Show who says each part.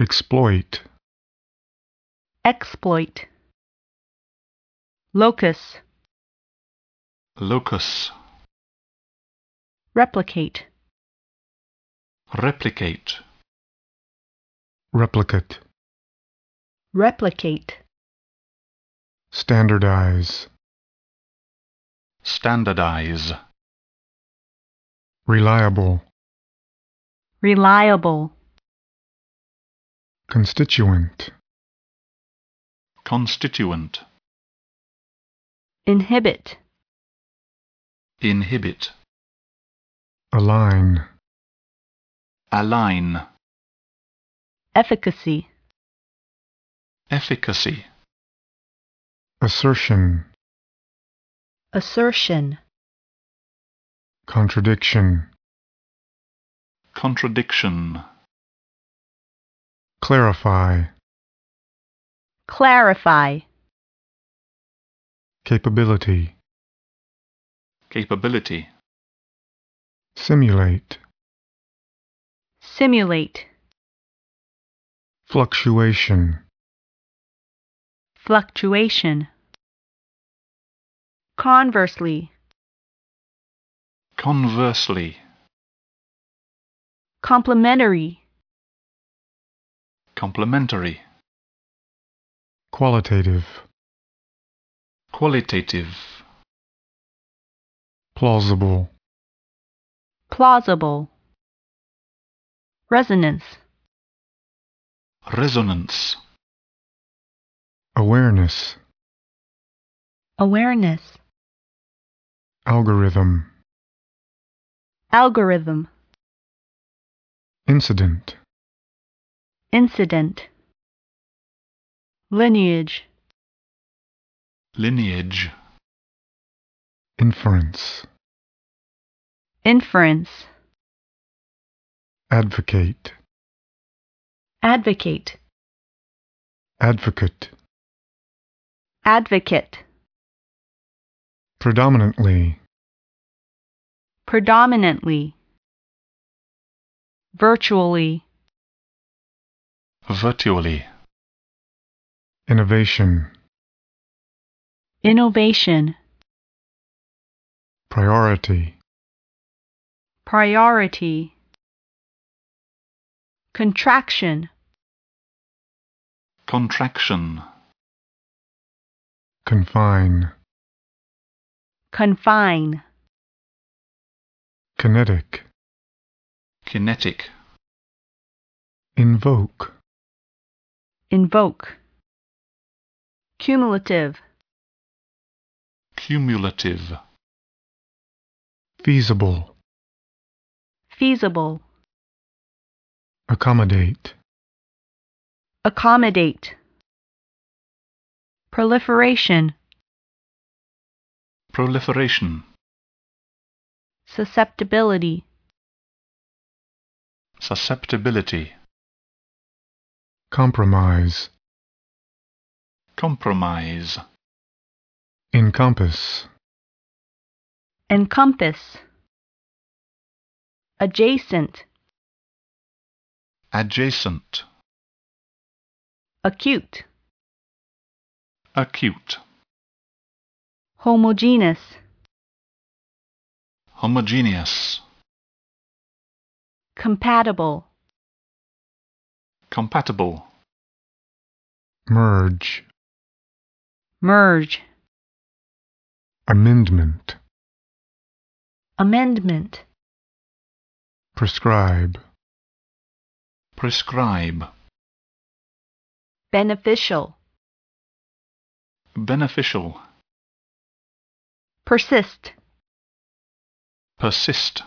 Speaker 1: exploit,
Speaker 2: exploit. Locus,
Speaker 3: locus,
Speaker 2: replicate,
Speaker 3: replicate,
Speaker 1: replicate,
Speaker 2: replicate.
Speaker 1: standardize,
Speaker 3: standardize,
Speaker 1: reliable,
Speaker 2: Reliable,
Speaker 1: constituent,
Speaker 3: constituent,
Speaker 2: inhibit,
Speaker 3: inhibit,
Speaker 1: align,
Speaker 3: align,
Speaker 2: efficacy,
Speaker 3: efficacy,
Speaker 1: assertion,
Speaker 2: assertion,
Speaker 1: contradiction,
Speaker 3: contradiction,
Speaker 1: clarify,
Speaker 2: clarify,
Speaker 1: capability,
Speaker 3: capability,
Speaker 1: simulate,
Speaker 2: simulate,
Speaker 1: fluctuation,
Speaker 2: fluctuation. Conversely,
Speaker 3: conversely,
Speaker 2: complementary,
Speaker 3: complementary,
Speaker 1: qualitative,
Speaker 3: qualitative,
Speaker 1: plausible,
Speaker 2: plausible. Resonance,
Speaker 3: resonance,
Speaker 1: awareness,
Speaker 2: awareness,
Speaker 1: algorithm,
Speaker 2: algorithm,
Speaker 1: incident,
Speaker 2: incident. Lineage,
Speaker 3: lineage,
Speaker 1: inference,
Speaker 2: inference,
Speaker 1: advocate,
Speaker 2: advocate,
Speaker 1: advocate,
Speaker 2: advocate.
Speaker 1: predominantly,
Speaker 2: predominantly, virtually,
Speaker 3: virtually,
Speaker 1: innovation,
Speaker 2: innovation,
Speaker 1: priority,
Speaker 2: priority, contraction,
Speaker 3: contraction,
Speaker 1: confine,
Speaker 2: confine,
Speaker 1: kinetic,
Speaker 3: kinetic,
Speaker 1: invoke,
Speaker 2: invoke, cumulative,
Speaker 3: cumulative,
Speaker 1: feasible,
Speaker 2: feasible,
Speaker 1: accommodate,
Speaker 2: accommodate, proliferation,
Speaker 3: proliferation,
Speaker 2: susceptibility,
Speaker 3: susceptibility,
Speaker 1: compromise,
Speaker 3: compromise,
Speaker 1: encompass,
Speaker 2: encompass, adjacent,
Speaker 3: adjacent,
Speaker 2: acute,
Speaker 3: acute,
Speaker 2: homogeneous,
Speaker 3: homogeneous,
Speaker 2: compatible.
Speaker 3: compatible,
Speaker 1: merge,
Speaker 2: merge,
Speaker 1: amendment,
Speaker 2: amendment,
Speaker 1: prescribe,
Speaker 3: prescribe,
Speaker 2: beneficial,
Speaker 3: beneficial,
Speaker 2: persist,
Speaker 3: persist,